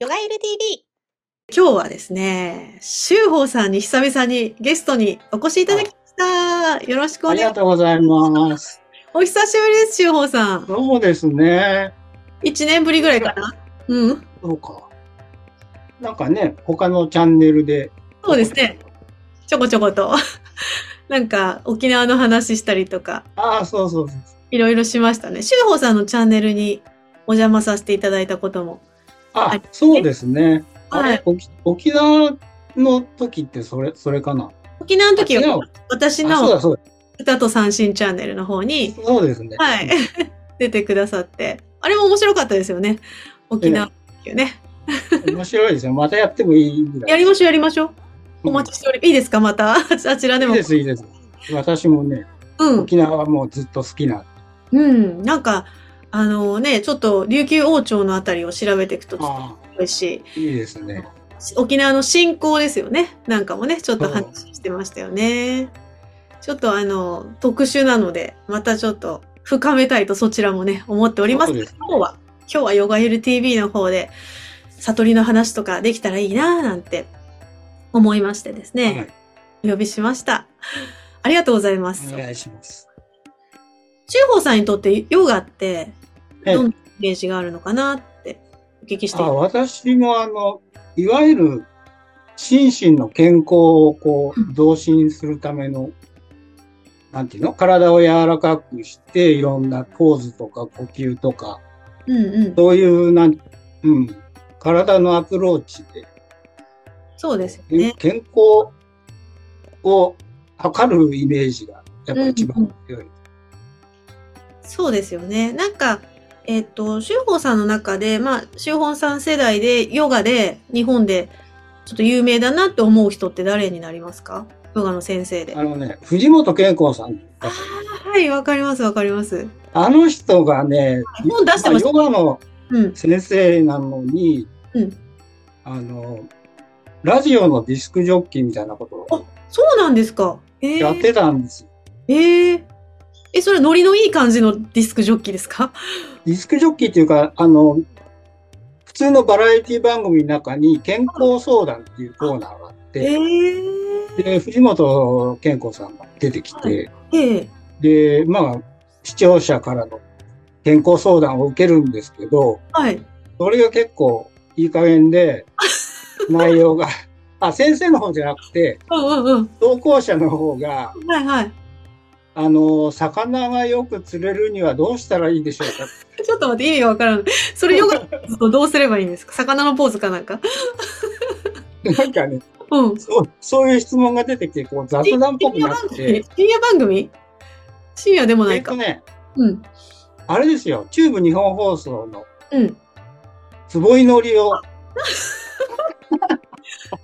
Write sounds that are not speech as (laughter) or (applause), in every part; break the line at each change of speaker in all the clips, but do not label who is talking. ヨガエル TV
今日はですね、修法さんに久々にゲストにお越しいただきました。よろしくお
あ
願いしま
りが
す。
とうございます。
お久しぶりです、修法さん。
そうですね。
1年ぶりぐらいかな。うん。
そうか。なんかね、他のチャンネルで。
そうですね。。ちょこちょこと。 (laughs) なんか、沖縄の話したりとか、
ああ、そうそうそう。
いろいろしましたね。修法さんのチャンネルにお邪魔させていただいたことも。
あ
あ
そうですね。あ
は
れ
い。
沖沖縄の時ってそれ、それかな。
沖縄の時
あ違う
は、私
あそうだ
の
そうだ。
歌と三振チャンネルの方に、
そうですね。
はい。出てくださって。あれも面白かったですよね。沖縄っていうね。
面白いですよ。またやってもいいぐらい。
やりましょう、やりましょう。お
うん
待ちしており、いいですか、また。 (laughs) あちらで
いい
も。
です、いいです。私もね、
うん。
沖縄はもうずっと好きな。
うん。なんか、あのね、ちょっと琉球王朝のあたりを調べていくとちょっと
あ
多いし、
あ、いいですね。
沖縄の信仰ですよね。なんかもね、ちょっと話してましたよね。ちょっとあの、特殊なので、またちょっと深めたいとそちらもね、思っております。
そうですね
今日は、今日はヨガゆる TV の方で、悟りの話とかできたらいいなぁなんて思いましてですね。
は
お
い。
呼びしました。ありがとうございます
お。願いします。
中宝さんにとってヨガって
ええ
どんなイメージがあるのかなってお聞きしてい
あ
ます。
私もあの、いわゆる心身の健康をこ
うん
う、増進するための、なんていうの体を柔らかくして、いろんなポーズとか呼吸とか、
うんうん。
そういう、なん、うん、体のアプローチで、
そうですよね。
健康を測るイメージが、やっぱ一番強い。
そうですよね。なんか、えっ、と、修法さんの中で、まあ、修法さん世代でヨガで日本でちょっと有名だなって思う人って誰になりますかヨガの先生で。
あ
あ
のね、藤本健康さん。
あー、はい、わかります、わかります。
あの人がね、
本出してました
ヨガの
うん。
先生なのに、
うん
あの、ラジオのディスクジョッキーみたいなことを
そうなんですか。え
やってたんですよ。
えー、え、それノリのいい感じのディスクジョッキーですか
ディスクジョッキーっていうか、あの、普通のバラエティ番組の中に健康相談っていうコーナーがあっ
え
て、
ー、
で、藤本健康さんが出てきて、
ええ
で、まあ、視聴者からの健康相談を受けるんですけど、
はい。
それが結構いい加
(laughs)
減で、内容が、あ、先生の方じゃなくて、
うんうんうん。
投稿者の方が、
はいはい。
あの、魚がよく釣れるにはどうしたらいいでしょうか。
ちょっと待って、意味がわからない。それヨガのポーズとどうすればいいんですか魚のポーズかなんか。
なんかね、 (laughs)
うん。
そう、そういう質問が出てきて、こう雑談っぽくなっ
深夜番組
て。
深夜番組深夜でもな
え
い
っと
か。
ね、
うん。
あれですよ、中部日本放送の
うん。
坪井のりお、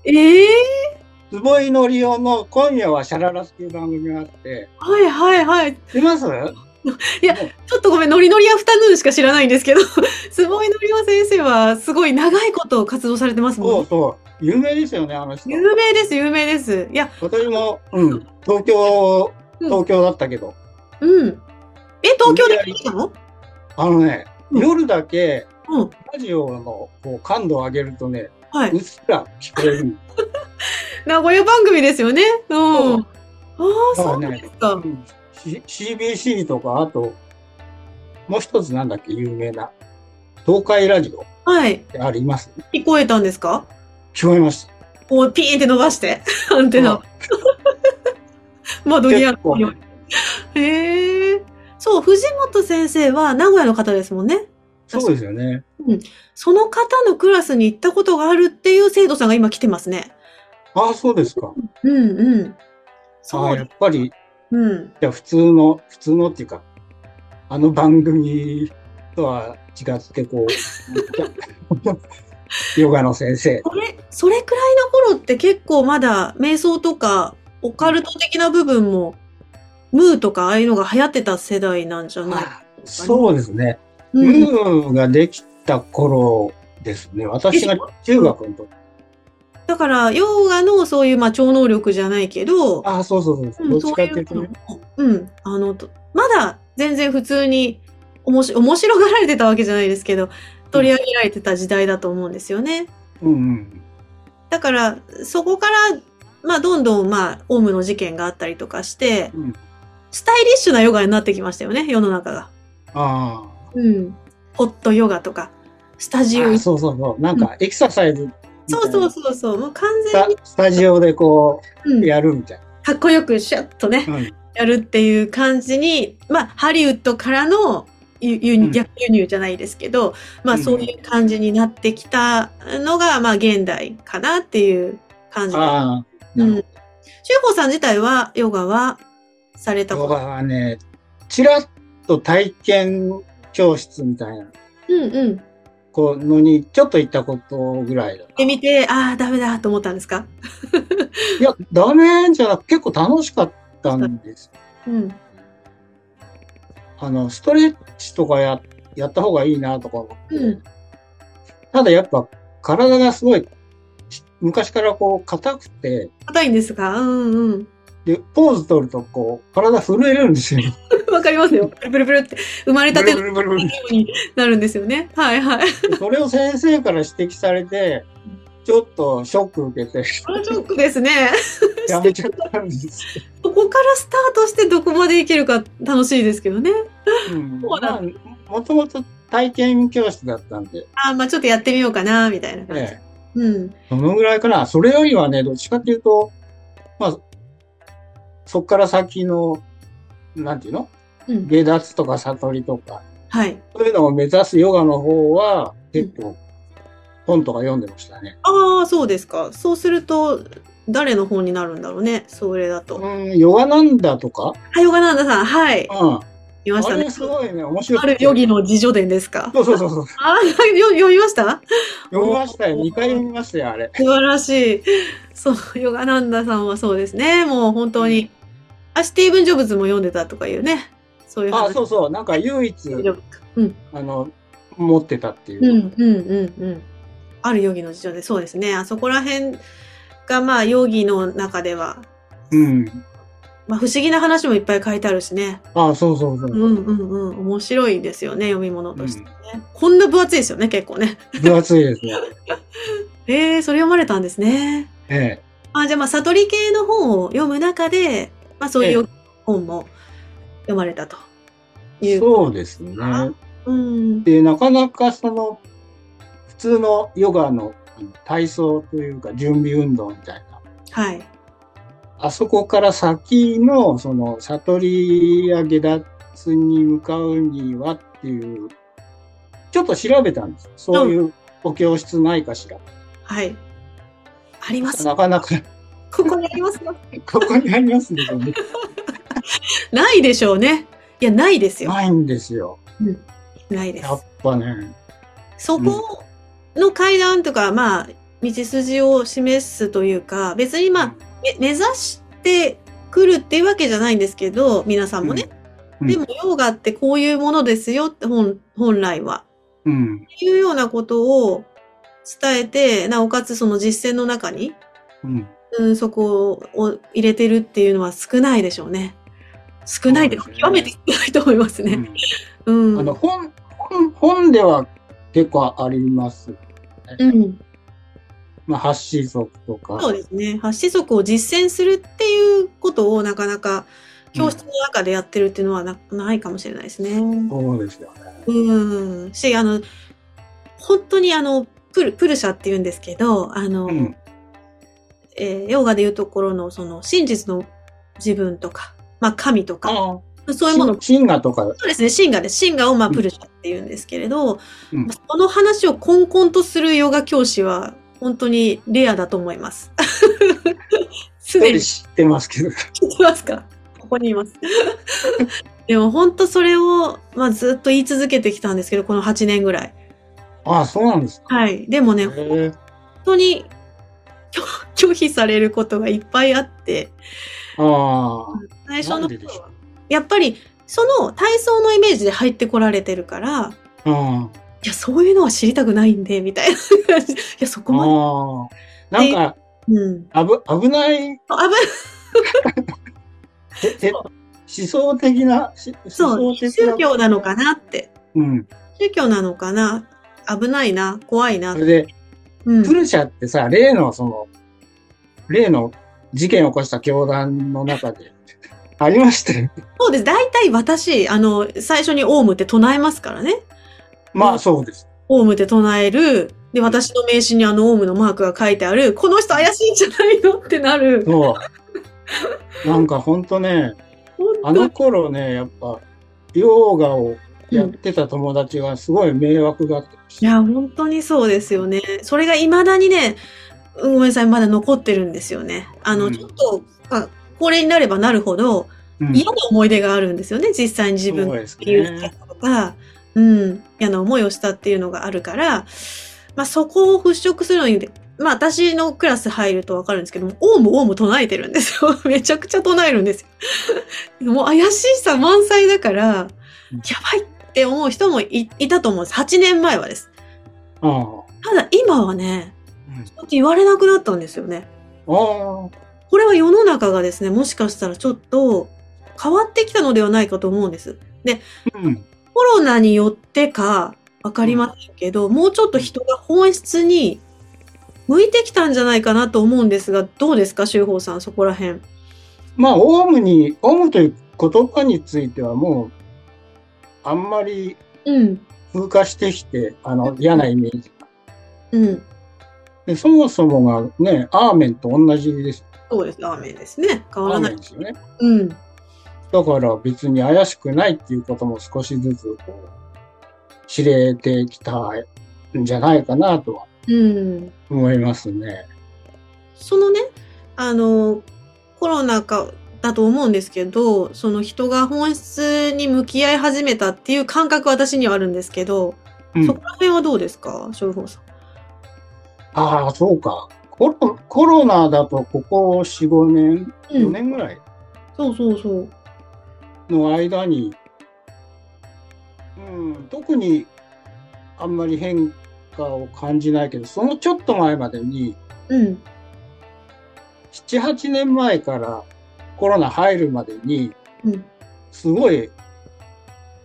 ええ
坪井のりおの今夜はシャララっていう番組があって、
ー、はいはいはい。
知ってます
いや
もう
ちょっとごめん、ノリノリアフタヌーンしか知らないんですけど、 (laughs) すごいノリオ先生はすごい長いこと活動されてます
そ
もん
う
ね。
そう、有名ですよね、あの人。
有名です、有名です。いや、
私も、うん、東京、
うん
東京だったけど、
うん。え、東京で来たの
あのね、
うん
夜だけ、
うん。
ラジオのこう感度を上げるとね、
は
う
い。
っすら聞こえるん
名古屋番組ですよね。うん。あ
そう
あ、
だか
そう
らね
なんですか。
C- CBC とか、あと、もう一つなんだっけ、有名な、東海ラジオっ
はい。
てあります
聞こえたんですか
聞こえまし
こう、ピーンって伸ばして。 (laughs) アン
た。
テナ。窓際
結構
にある。へえ。そう、藤本先生は名古屋の方ですもんね。
そうですよね。
その方のクラスに行ったことがあるっていう生徒さんが今来てますね。
ああ、そうですか。
うんうん。
あ
そ
あ、や
う
っ。ぱり、い
うん。
や、普通の、普通のっていうか、あの番組とは違って、こう、 (laughs) ヨガの先生。
それ、それくらいの頃って結構まだ瞑想とかオカルト的な部分も、ムーとかああいうのが流行ってた世代なんじゃない
あそうですね。ム
うん。
ーができた頃ですね。私が中学の時。
だから、ヨガのそういう、まあ、超能力じゃないけど、
ああ、そうそうそう。
う
どっ
ん、
ち
そう
かっ
い
て
う
いうとね。
のもうん、あの、とまだ全然普通におもし面白がられてたわけじゃないですけど、取り上げられてた時代だと思うんですよね。
うんうん。
だから、そこから、まあ、どんどん、まあ、オウムの事件があったりとかして、
うん
スタイリッシュなヨガになってきましたよね、世の中が。
ああ。
うん。ホットヨガとか、スタジオ
あそうそうそう。なんかエクササイズみたい
そ
な。
うそうそうそう、もう完
ス
全
タ
に、
スタジオでこ
う、
うんやるみたい
かっこよくシュッとね、
な。うん。
やるっていう感じに、まあ、ハリウッドからの輸輸
う
入
ん
逆輸入じゃないですけど、まあ、
うん
そういう感じになってきたのが、まあ、現代かなっていう感じです。
ああ。
う
なる
ん。修法さん自体は、ヨガはされた
ほど。
こ
ヨ
と
ガはね、ちらっと体験教室みたいな
うんうん。
こうのにちょっと行ったことぐらいだな。
で見て、ああ、ダメだと思ったんですか
いや、ダメじゃなく結構楽しかったんです。
うん。
あの、ストレッチとかややった方がいいなとか思って。
うん
ただやっぱ体がすごい、し昔からこう硬くて、
硬いんですかうんうん。 (laughs)
で、ポーズ取るとこう体震えるんですよ。
わかりますよ。プルプルプルって、生まれた
ブ
て
ル
の
ブ
よ
ルブルブル
うになるんですよね。はいはい。
それを先生から指摘されて、ちょっとショック受けて、
このショックですね。
やめちゃったんですけ
(laughs) そこからスタートしてどこまでいけるか楽しいですけどね。
ど。うん、
そう
まあ、もともと体験教室だったんで、
ああ、まあちょっとやってみようかな、みたいな感じ。
ええ
うん。
どのぐらいかな。それよりはね、どっちかっていうと、まあ、そっから先の、なんていうの
うん。
下脱とか悟りとか、
はい。
そういうのを目指すヨガの方は、結構、本とか読んでましたね。
ああ、そうですか。そうすると、誰の方になるんだろうね。それだと。
うん、ヨガなんだとか、
あ、ヨガナンダさん、はい。
うん。
いまし
あ
たね
れ。すごいね、面白い。
あるヨギの自助伝ですか。
そうそうそうそう。
あー (laughs) よ読みました
読みましたよ。2回読みましたよ、あれ。
素晴らしい。そう、ヨガナンダさんはそうですね。もう本当に。あ、スティーブン・ジョブズも読んでたとかいうね。そういう話。
あ、そうそう。なんか唯一、
ジョブズかうん。
あの、持ってたっていうう。
んうんうんうん。あるヨギの事情で、そうですね。あそこら辺が、まあ、ヨギの中では、
うん。
まあ、不思議な話もいっぱい書いてあるしね。
あ、そうそうそう。
うんうんうん。面白いですよね、読み物としてね。
う
こんな分厚いですよね、結構ね。
分厚いですね。
えー、それ読まれたんですね。
ええ。
あ、じゃあ、まあ、悟り系の本を読む中で、まあ、そういうヨギの本も読まれたという。
そうですね。
うん。
で、なかなかその、普通のヨガのあの体操というか準備運動みたいな、
はい。
あそこから先の、その、悟りや下脱に向かうにはっていう、ちょっと調べたんです。そういうお教室ないかしら。
はい。あります。
なかなか、
ここにありますよ。
ここにありますけどね。
ないでしょうね。いや、ないですよ。
ないんですよ。
ないです
や。っぱね。
そこの階段とか、まあ、道筋を示すというか、別にまあ、め目指してくるっていうわけじゃないんですけど、皆さんもね。
うん
でも、ヨガってこういうものですよって、本、本来は。
うん。
っていうようなことを伝えて、なおかつその実践の中に、
うん。
うん、そこを入れてるっていうのは少ないでしょうね。少ないです。
そうですね
極めて少ないと思います
う
ね。
ん
うん。
あの、本、本、本では結構あります。
うん。
まあ、発信則とか。
そうですね。発子則を実践するっていうことをなかなか教室の中でやってるっていうのはな,、ないかもしれないですね。
そうですよね。
うん。し、あの、本当にあの、プル、プルシャって言うんですけど、あの、
うん。
えーヨガでいうところのその真実の自分とか、まあ神とか、
あ
そういうもの、
シンシンガとか。
そうですね、神がです。神がをまあプルシャって言うんですけれど、
うん
まあその話を根々とするヨガ教師は本当にレアだと思います。 (laughs) すでに
一人知ってますけど。
聞いてますかここにいます。 (laughs) でも本当それを、まあ、ずっと言い続けてきたんですけど、この8年ぐらい。
ああ、そうなんですか。
はい。でもね、本
へえ
当に (laughs) 拒拒否されることがいっぱいあって、
ああ。
最初
なん
の
ででしょう
やっぱりその体操のイメージで入ってこられてるから、い
あ
や、そういうのは知りたくないんで、みたいな感じ。いや、そこ
あ。
まで。
ああ。なんか、
うん。
あぶ、危ない、
あぶ
てて思想的な、し
そう、
思想的な。
宗教なのかなって。
うん。
宗教なのかな危ないな、怖いな
そ。れで、
うん。
プルシャってさ、例のその、例の事件を起こした教団の中で、 (laughs) ありましたよね。
そうです。大体私、あの、最初にオウムって唱えますからね。
まあそうです。
オウムって唱える。で、私の名刺にあのオウムのマークが書いてある。この人怪しいんじゃないのってなる。
そう。なんかほんとね、
本当
あの頃ね、やっぱ、ヨガをやってた友達がすごい迷惑があってまし
い
た、
や、本当にそうですよね。それが未だにね、うんごめんなさい、まだ残ってるんですよね。あの、
うん
ちょっと、あ、高齢になればなるほど、
うん
嫌な思い出があるんですよね、実際に自分
そう
が
です
理由した
ね。
とか、うん、嫌な思いをしたっていうのがあるから、まあそこを払拭するのに、まあ私のクラス入るとわかるんですけども、オウムオウム唱えてるんですよ。 (laughs) めちゃくちゃ唱えるんですよ。もう怪しさ満載だから、やば
うん
いって思う人もいいたと思うんです。8年前はです。
ああ。
ただ今はね、
うん
ちょっと言われなくなったんですよね。
ああ。
これは世の中がですね、もしかしたらちょっと変わってきたのではないかと思うんです。
うん。
コロナによってか、わかりませんけど、もうちょっと人が本質に向いてきたんじゃないかなと思うんですが、どうですか、修法さん、そこら辺。
まあ、オウムに、オウムという言葉についてはもう、あんまり
うん。
風化してきて、あの、嫌なイメージが。
うん。
で、そもそもがね、アーメンと同じです。
そうです。ラーメンですね。変わ
ア
ら
ー
な
メ
い
ン。ですよね。
うん。
だから別に怪しくないっていうことも少しずつ、こう、知れてきたんじゃないかなとは
うん。
思いますね。
そのね、あの、コロナ禍だと思うんですけど、その人が本質に向き合い始めたっていう感覚は私にはあるんですけど、
うん
そこら辺はどうですか、修法さん。
ああ、そうか。コロコロナだとここ4、5年、4年ぐらい
そうそうそう。
の間に、うん、特にあんまり変化を感じないけど、そのちょっと前までに、
うん。
7、8年前からコロナ入るまでに、
うん。
すごい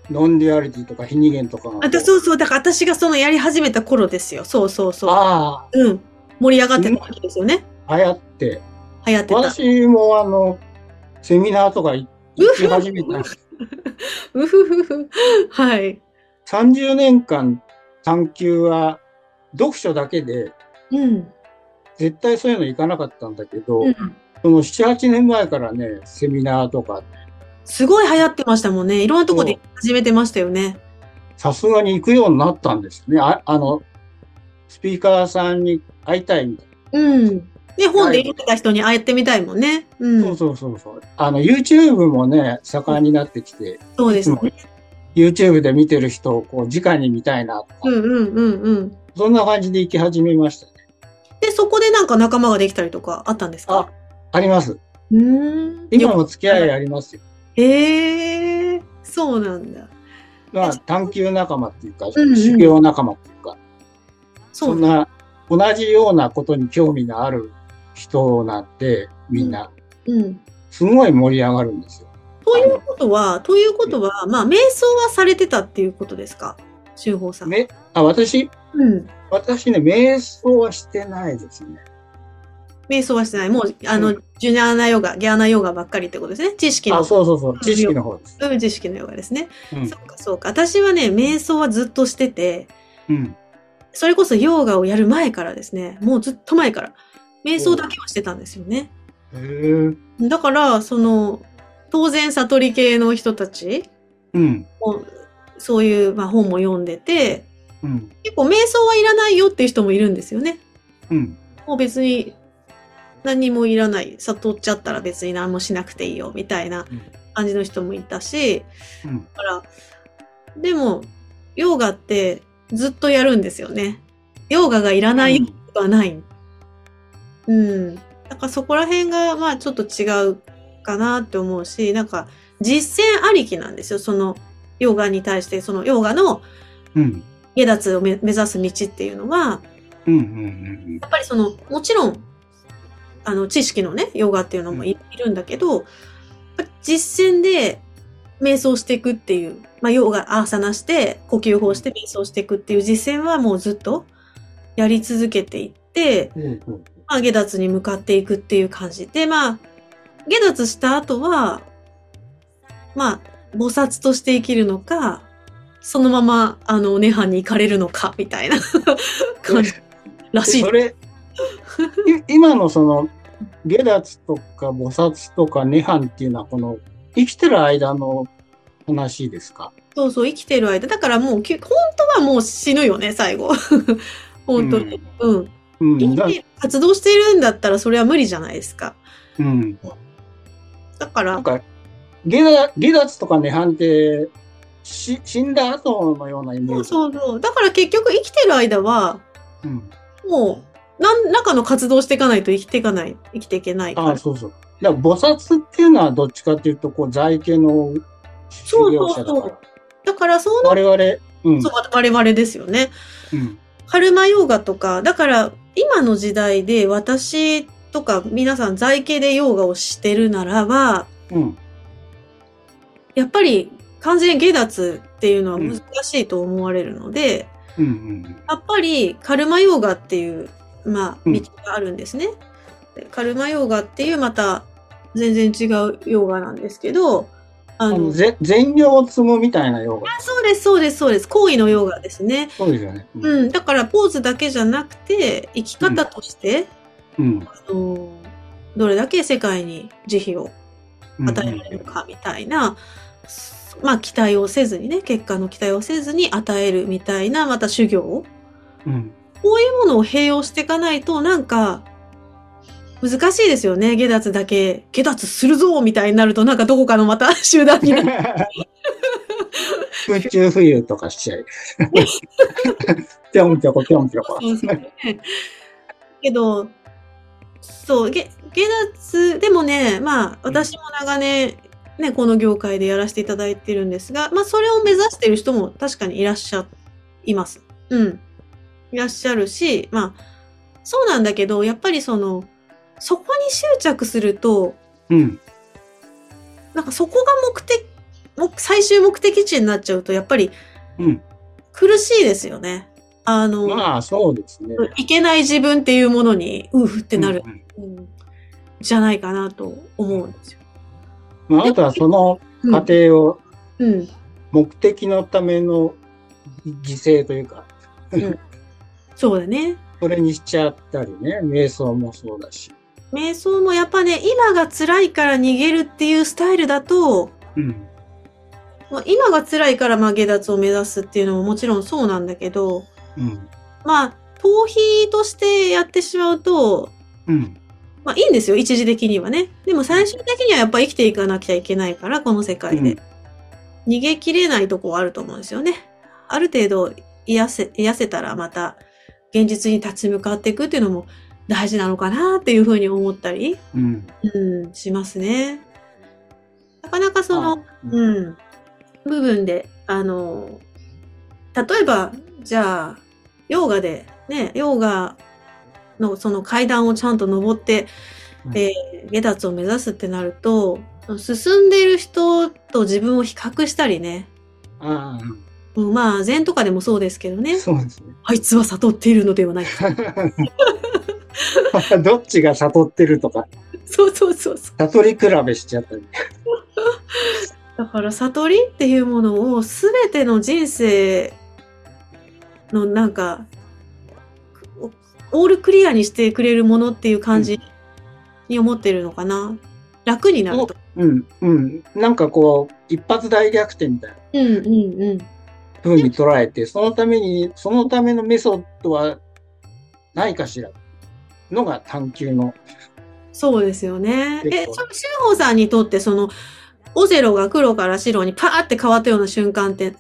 ノンデュアリティとか非人間とかがこう
あたそうそう、だから私がそのやり始めた頃ですよ。そうそうそう。
あ
うん。盛り上がってた時ですよね。
あ、流行って。
流行ってた。
私もあの、セミナーとか行行き始めたんです
うふふふ。はい。
30年間探求は読書だけで
うん。
絶対そういうの行かなかったんだけど、
うん
その7、8年前からね、セミナーとか、
すごい流行ってましたもんね。いろんなとこで始めてましたよね。
さすがに行くようになったんですよね。ああの、スピーカーさんに会いたいみたい
うん。ね、本で読んでた人に会ってみたいもんね。うん。
な。そうそうそうそう。あの、YouTube もね、盛んになってきて、
そうですね。
YouTube で見てる人をこう、直に見たいなとか、
うんうんうんうん。
そんな感じで行き始めましたね。
で、そこでなんか仲間ができたりとかあったんです
あ
か、
あります。
うーん。
今も付き合いありますよ。
へえー、そうなんだ。
まあ、探求仲間っていうか、
んうん
修行仲間っていうか、
そ
そ
うんなんだ。
な、同じようなことに興味のある人なんて、みんな、
うん。
すごい盛り上がるんですよ。
ということは、ということは、まあ、瞑想はされてたっていうことですか修法さん。
めあ私、
うん。
私ね、瞑想はしてないですね。
瞑想はしてない。もう、あの、
う
ジュニアナヨガ、ギャーナヨガばっかりってことですね。知識の。
あ、そうそうそう、知識の方です。
うん知識のヨガですね。
うん
そうか、そうか。私はね、瞑想はずっとしてて、
うん。
それこそヨガをやる前からですね、もうずっと前から、瞑想だけはしてたんですよね。
へえ。
だから、その、当然悟り系の人たち
うん。
も、そういう、まあ、本も読んでて、
うん。
結構瞑想はいらないよっていう人もいるんですよね。
うん。
もう別に何もいらない。悟っちゃったら別に何もしなくていいよみたいな
うん
感じの人もいたし、
うん。
だから、でも、ヨガってずっとやるんですよね。ヨガがいらないことはない。うん。だからそこら辺が、まあちょっと違うかなって思うし、なんか実践ありきなんですよ。そのヨガに対して、そのヨガの
うん。
下脱をめ目指す道っていうのは、
うん。うん。
やっぱりそのもちろんあの知識のねヨガっていうのもい,、るんだけどやっぱり実践で瞑想していくっていう、まあ、ヨガ、アーサナして、呼吸法して瞑想していくっていう実践はもうずっとやり続けていって、
うんうん
まあ、下脱に向かっていくっていう感じ。で、まあ、下脱した後は、まあ、菩薩として生きるのか、そのまま、あの、涅槃に行かれるのか、みたいな (laughs) 感じらしい
そ。れ、い今のその、下脱とか菩薩とか涅槃っていうのは、この、生きてる間の話ですか
そうそう、生きてる間。だからもう、き本当はもう死ぬよね、最後。 (laughs) 本当に。うん。
うん。
生
だ
きて活動しているんだったら、それは無理じゃないですか。
うん。
だから、
なんか、下脱下脱とか涅槃って、し死んだ後のようなイメ
そ
ー
う
ジ。
そうそう。だから結局生きてる間は、
うん
もう、なん、中の活動していかないと生きていかない、生きていけないか
あ
ら。
あ、そうそう。だから菩薩っていうのはどっちかっていうと、こう、在家の修行
そ
者だ
う
か
そう
ら。
だから、そうなる
我々、うん
と、。我々ですよね。
うん
カルマヨーガとか、だから、今の時代で私とか皆さん在家でヨーガをしてるならば、
うん。
やっぱり完全下脱っていうのは難しいと思われるので、
うん。うん。
やっぱりカルマヨーガっていう、まあ、
うん
道があるんですね。でカルマヨーガっていうまた全然違うヨーガなんですけど、あ
あ
の、
の、ぜ善行を積むみたいなようが。
あそうです、そうです、そうです。行為のヨーガですね。
そうですよね。うん
うん、だからポーズだけじゃなくて、生き方として、
うん。
あのどれだけ世界に慈悲を与えられるかみたいな、まあ期待をせずにね、結果の期待をせずに与えるみたいな、また修行を
うん。
こういうものを併用していかないと、なんか、難しいですよね。下脱だけ、下脱するぞみたいになると、なんかどこかのまた (laughs) 集団になる。
空中浮遊とかしちゃい。ぴょんぴょこぴょんぴょこ。
そうですね。けど、そう、下下脱、でもね、まあ、私も長年、ね、この業界でやらせていただいてるんですが、まあ、それを目指してる人も確かにいらっしゃいます。うん。いらっしゃるし、まあ、そうなんだけど、やっぱりその、そこに執着すると、
うん。
なんかそこが目的、目最終目的地になっちゃうと、やっぱり
うん。
苦しいですよね。あの、
まあ、そうですね。
いけない自分っていうものに、うふってなる、
うん
うんじゃないかなと思うんですよ。
まあ、あとはその
うん
過程を
うん、
目的のための犠牲というか、
そうだね。
それにしちゃったりね、瞑想もそうだし。
瞑想もやっぱね、今が辛いから逃げるっていうスタイルだと、
うん。
まあ今が辛いからまあ下脱を目指すっていうのももちろんそうなんだけど、
うん。
まあ、逃避としてやってしまうと、
うん。
まあいいんですよ、一時的にはね。でも最終的にはやっぱ生きていかなきゃいけないから、この世界で。逃げ切れないとこはあると思うんですよね。ある程度癒せ、癒せたらまた現実に立ち向かっていくっていうのも大事なのかなっていうふうに思ったり、
うん。
うん、しますね。なかなかその、
うん
うん、部分で、あの、例えば、じゃあ、ヨーガで、ね、ヨーガのその階段をちゃんと登って、
うん
えー下脱を目指すってなると、進んでいる人と自分を比較したりね、
ああ、うん
うんまあ、禅とかでもそうですけどね、
そうですね。 (laughs)
あいつは悟っているのではないか。
どっちが悟ってるとか、
そうそうそうそう。
悟り比べしちゃったり。
だから悟りっていうものを全ての人生のなんかおオールクリアにしてくれるものっていう感じに思ってるのかな、楽になると
うん、うん。なんかこう、一発大逆転みたいな
うんうんうん
風に捉えて、そのために、そのためのメソッドはないかしら。のが探求の。
そうですよねえ
結構
その修法さんにとってそのオセロが黒から白にパーって変わったような瞬間って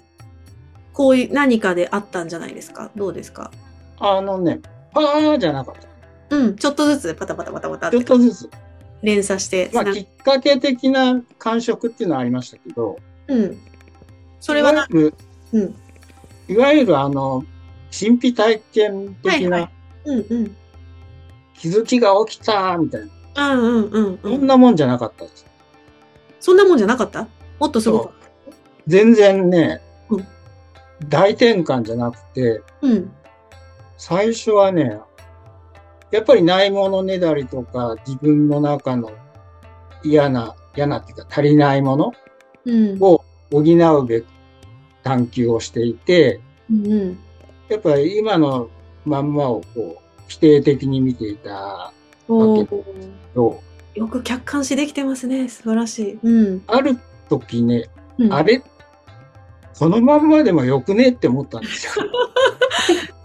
こういう何かであったんじゃないですかどうですか
あのね、パーじゃなかった。
うんちょっとずつパタパタパタパタっ
ちょってとずつ。
連鎖してつ
ま
な
あ、きっかけ的な感触っていうのはありましたけど、
うんそれはな、
いわゆる
うん
いわゆるあの、神秘体験的
はいは
な
うんうん
気づきが起きたみたいな、
うんうんうん
そ
うんん。
なもんじゃなかったです。
そんなもんじゃなかったもっとすごかっ
全然ね、
うん
大転換じゃなくて、
うん。
最初はね、やっぱりないものねだりとか、自分の中の嫌な、嫌なっていうか足りないもの
うん。
を補うべく探求をしていて、
うんうん。
やっぱり今のまんまをこう、否定的に見ていた
おー
と、
よく客観視できてますね。素晴らしい。うん。
ある時ね、
うん、
あれこのまんまでもよくねって思ったんですよ。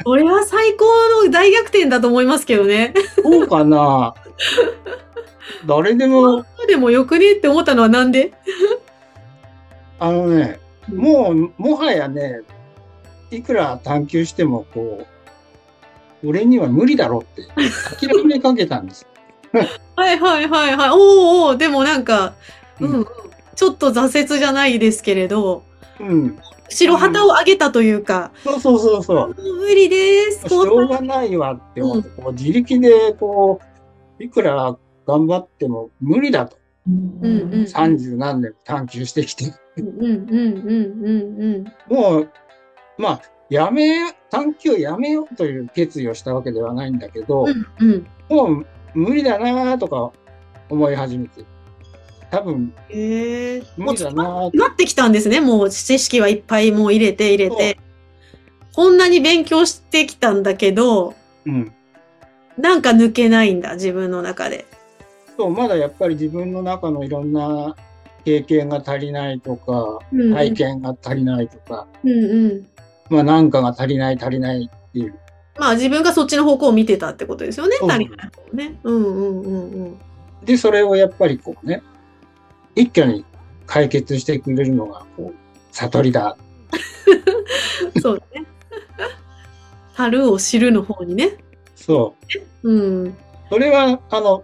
これは最高の大逆転だと思いますけどね。
どうかな誰
(laughs)
でも、
でもよくねって思ったのはなんで
あのね、もう、もはやね、いくら探求しても、こう、俺には無理だろって、諦めかけたんです。
はいはいはいはい。おーおーでもなんか、うん、
う
ちょっと挫折じゃないですけれど、
うん。
白旗を上げたというか、
そうそうそうそう。
もう無理です。
し
こんな
ょうがないわって思って、こう自力で、こう、いくら頑張っても無理だと。
うんうんうん
30何年探求してきて。
うんうんうんうんうん。
もう、まあ、やめ、探求やめようという決意をしたわけではないんだけど、
うんうん。
もう無理だなーとか思い始めて。多分、
ええも
無
う
理だ
詰
なー
まってきたんですね。もう知識はいっぱいもう入れて入れて。こんなに勉強してきたんだけど、
うん。
なんか抜けないんだ、自分の中で。
そう、まだやっぱり自分の中のいろんな経験が足りないとか、
うん
体験が足りないとか、
うんうん。
まあなんかが足りない足りないっていう。
まあ自分がそっちの方向を見てたってことですよね、
うん
足りない方ね。うんうんうんうん。
で、それをやっぱりこうね、一挙に解決してくれるのが、こう、悟りだ。
そうだね。 (laughs) 樽を知るの方にね。
そう。
うん。
それは、あの、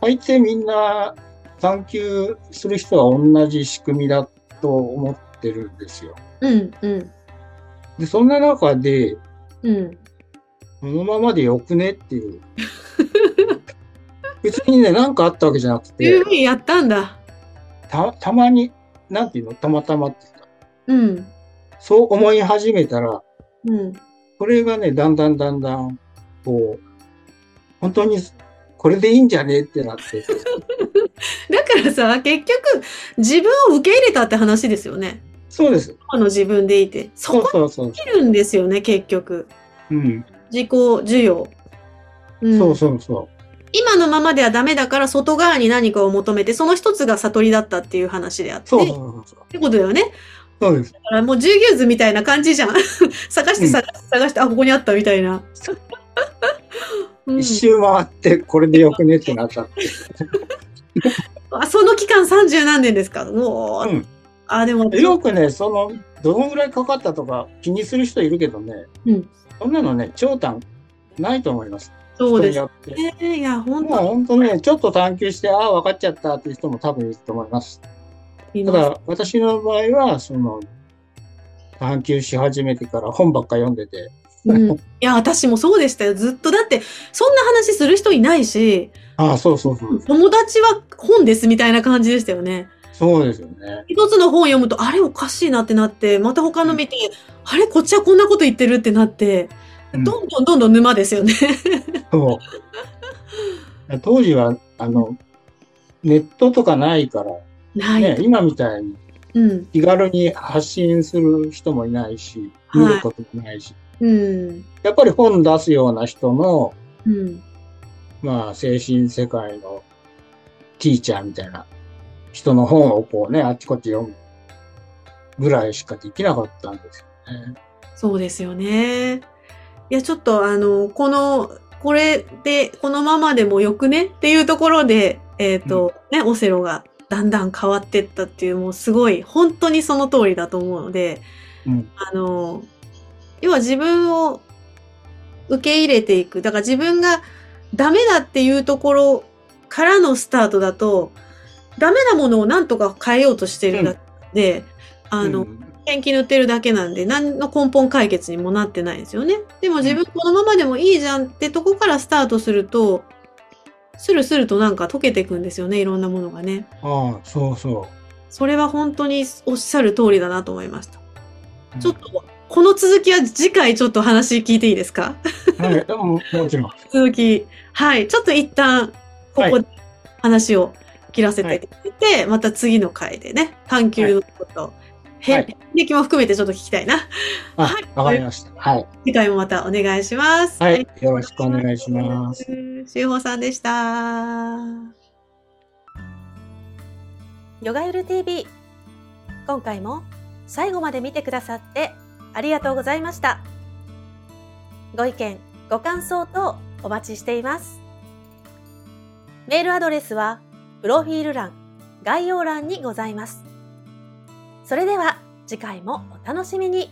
大抵みんな探求する人は同じ仕組みだと思ってるんですよ。
うんうん
で、そんな中で、
うん。
このままでよくねっていう。
(laughs)
別にね、なんかあったわけじゃなく
いう
て
ふう、にやったんだ。
た、たまに、なんていうのたまたまっていうか、
うん。
そう思い始めたら、
うん。
これがね、だんだんだんだん、こう、本当にこれでいいんじゃねって
(laughs)
なって、
だからさ、結局、自分を受け入れたって話ですよね。
そうです。
今の自分でいて。そ
そう
こ
そうそう。
にいるんですよね、結局。
うん。
自己需要。うん
そうそうそう。
今のままではダメだから外側に何かを求めて、その一つが悟りだったっていう話であって。
そうそうそうそう。
ってことだよね。
そうです。
だからもう十牛図みたいな感じじゃん。 (laughs) 探して探して探して、あ、ここにあったみたいな。うん
一周回ってこれでよくねってなった。
あその期間三十何年ですか。もう、
うん
あ、でも、
よくね、その、どのぐらいかかったとか気にする人いるけどね、
うん
そんなのね、長短ないと思います。
そうです
人によって。
ね。いや、本
まあ
当
本当ね、ちょっと探求して、ああ、分かっちゃったっていう人も多分いると思います。
に。
ただ、私の場合は、その、探求し始めてから本ばっか読んでて、
うん、いや、私もそうでしたよ。ずっと。だって、そんな話する人いないし、
ああ、そうそうそう。
友達は本ですみたいな感じでしたよね。
そうですよね。
一つの本を読むと、あれおかしいなってなって、また他の見て、あれこっちはこんなこと言ってるってなって、
うん
どんどんどんどん沼ですよね。 (laughs)
そう。当時は、あの、ネットとかないから、
ない。
ね、今みたいに
うん。
気軽に発信する人もいないし、
はい
見ることもないし、
うん。
やっぱり本出すような人の、
うん。
まあ、精神世界のティーチャーみたいな人の本をこうね、あっちこっち読むぐらいしかできなかったんですよね。
そうですよね。いや、ちょっとあの、この、これで、このままでもよくねっていうところで、えっ、と、ね、オセロがだんだん変わってったっていう、もうすごい、本当にその通りだと思うので、
うん
あの、要は自分を受け入れていく。だから自分がダメだっていうところからのスタートだと、ダメなものをなんとか変えようとしてるだけで、あの、
うん
ペンキ塗ってるだけなんで、何の根本解決にもなってないですよね。でも自分このままでもいいじゃんってとこからスタートすると、スルスルとなんか溶けていくんですよね、いろんなものがね。
ああ、そうそう。
それは本当におっしゃる通りだなと思いました。ちょっと、この続きは次回ちょっと話聞いていいですか (laughs)
はい、ももちろん。
続き。はい。ちょっと一旦、ここで話を切らせていただいて、また次の回でね、探求のこと、へ、
はい
遍歴も含めてちょっと聞きたいな。
あ、わかりました。はい。
次回もまたお願いします。
はい。よろしくお願いします。
しほうさんでした。
ヨガユル TV 今回も最後まで見てくださってありがとうございましたご意見ご感想等お待ちしていますメールアドレスはプロフィール欄概要欄にございますそれでは次回もお楽しみに